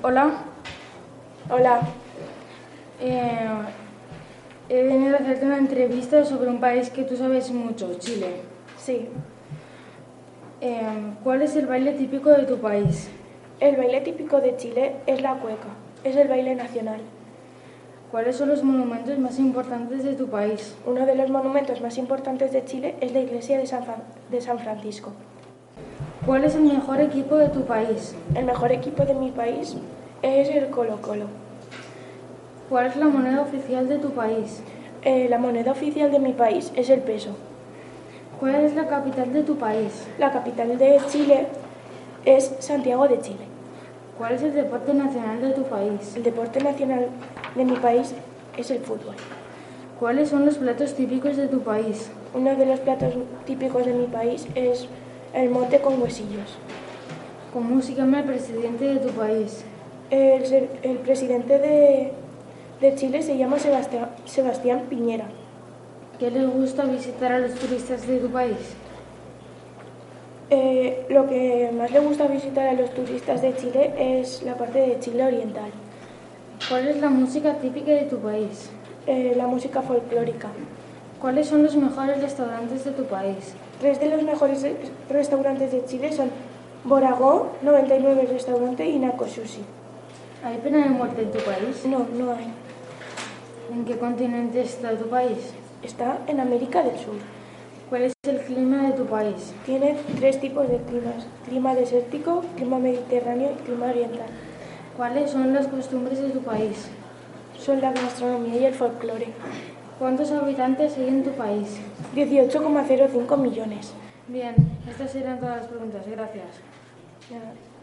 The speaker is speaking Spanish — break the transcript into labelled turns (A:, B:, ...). A: Hola,
B: Hola,
A: eh, he venido a hacerte una entrevista sobre un país que tú sabes mucho, Chile.
B: sí.
A: Eh, ¿Cuál es el baile típico de tu país?
B: El baile típico de Chile es la cueca, es el baile nacional.
A: ¿Cuáles son los monumentos más importantes de tu país?
B: Uno de los monumentos más importantes de Chile es la iglesia de San, Fran- de San Francisco.
A: ¿Cuál es el mejor equipo de tu país?
B: El mejor equipo de mi país es el Colo Colo.
A: ¿Cuál es la moneda oficial de tu país?
B: Eh, la moneda oficial de mi país es el peso.
A: ¿Cuál es la capital de tu país?
B: La capital de Chile es Santiago de Chile.
A: ¿Cuál es el deporte nacional de tu país?
B: El deporte nacional de mi país es el fútbol.
A: ¿Cuáles son los platos típicos de tu país?
B: Uno de los platos típicos de mi país es el mote con huesillos.
A: ¿Cómo se llama el presidente de tu país?
B: El, se- el presidente de, de Chile se llama Sebastián, Sebastián Piñera.
A: ¿Qué les gusta visitar a los turistas de tu país?
B: Eh, lo que más le gusta visitar a los turistas de Chile es la parte de Chile oriental,
A: ¿Cuál es la música típica de tu país?
B: eh, la música folclórica.
A: ¿Cuáles son los mejores restaurantes de tu país?
B: Tres de los mejores re- restaurantes de Chile son Boragó, 99 Restaurante y Naco Sushi.
A: ¿Hay pena de muerte en tu país?
B: No, no hay.
A: ¿En qué continente está tu país?
B: Está en América del Sur.
A: ¿Cuál es el clima de tu país?
B: Tiene tres tipos de climas, clima desértico, clima mediterráneo y clima oriental.
A: ¿Cuáles son las costumbres de tu país?
B: Son la gastronomía y el folclore.
A: ¿Cuántos habitantes hay en tu país?
B: 18,05 millones.
A: Bien, estas eran todas las preguntas. Gracias.
B: Ya.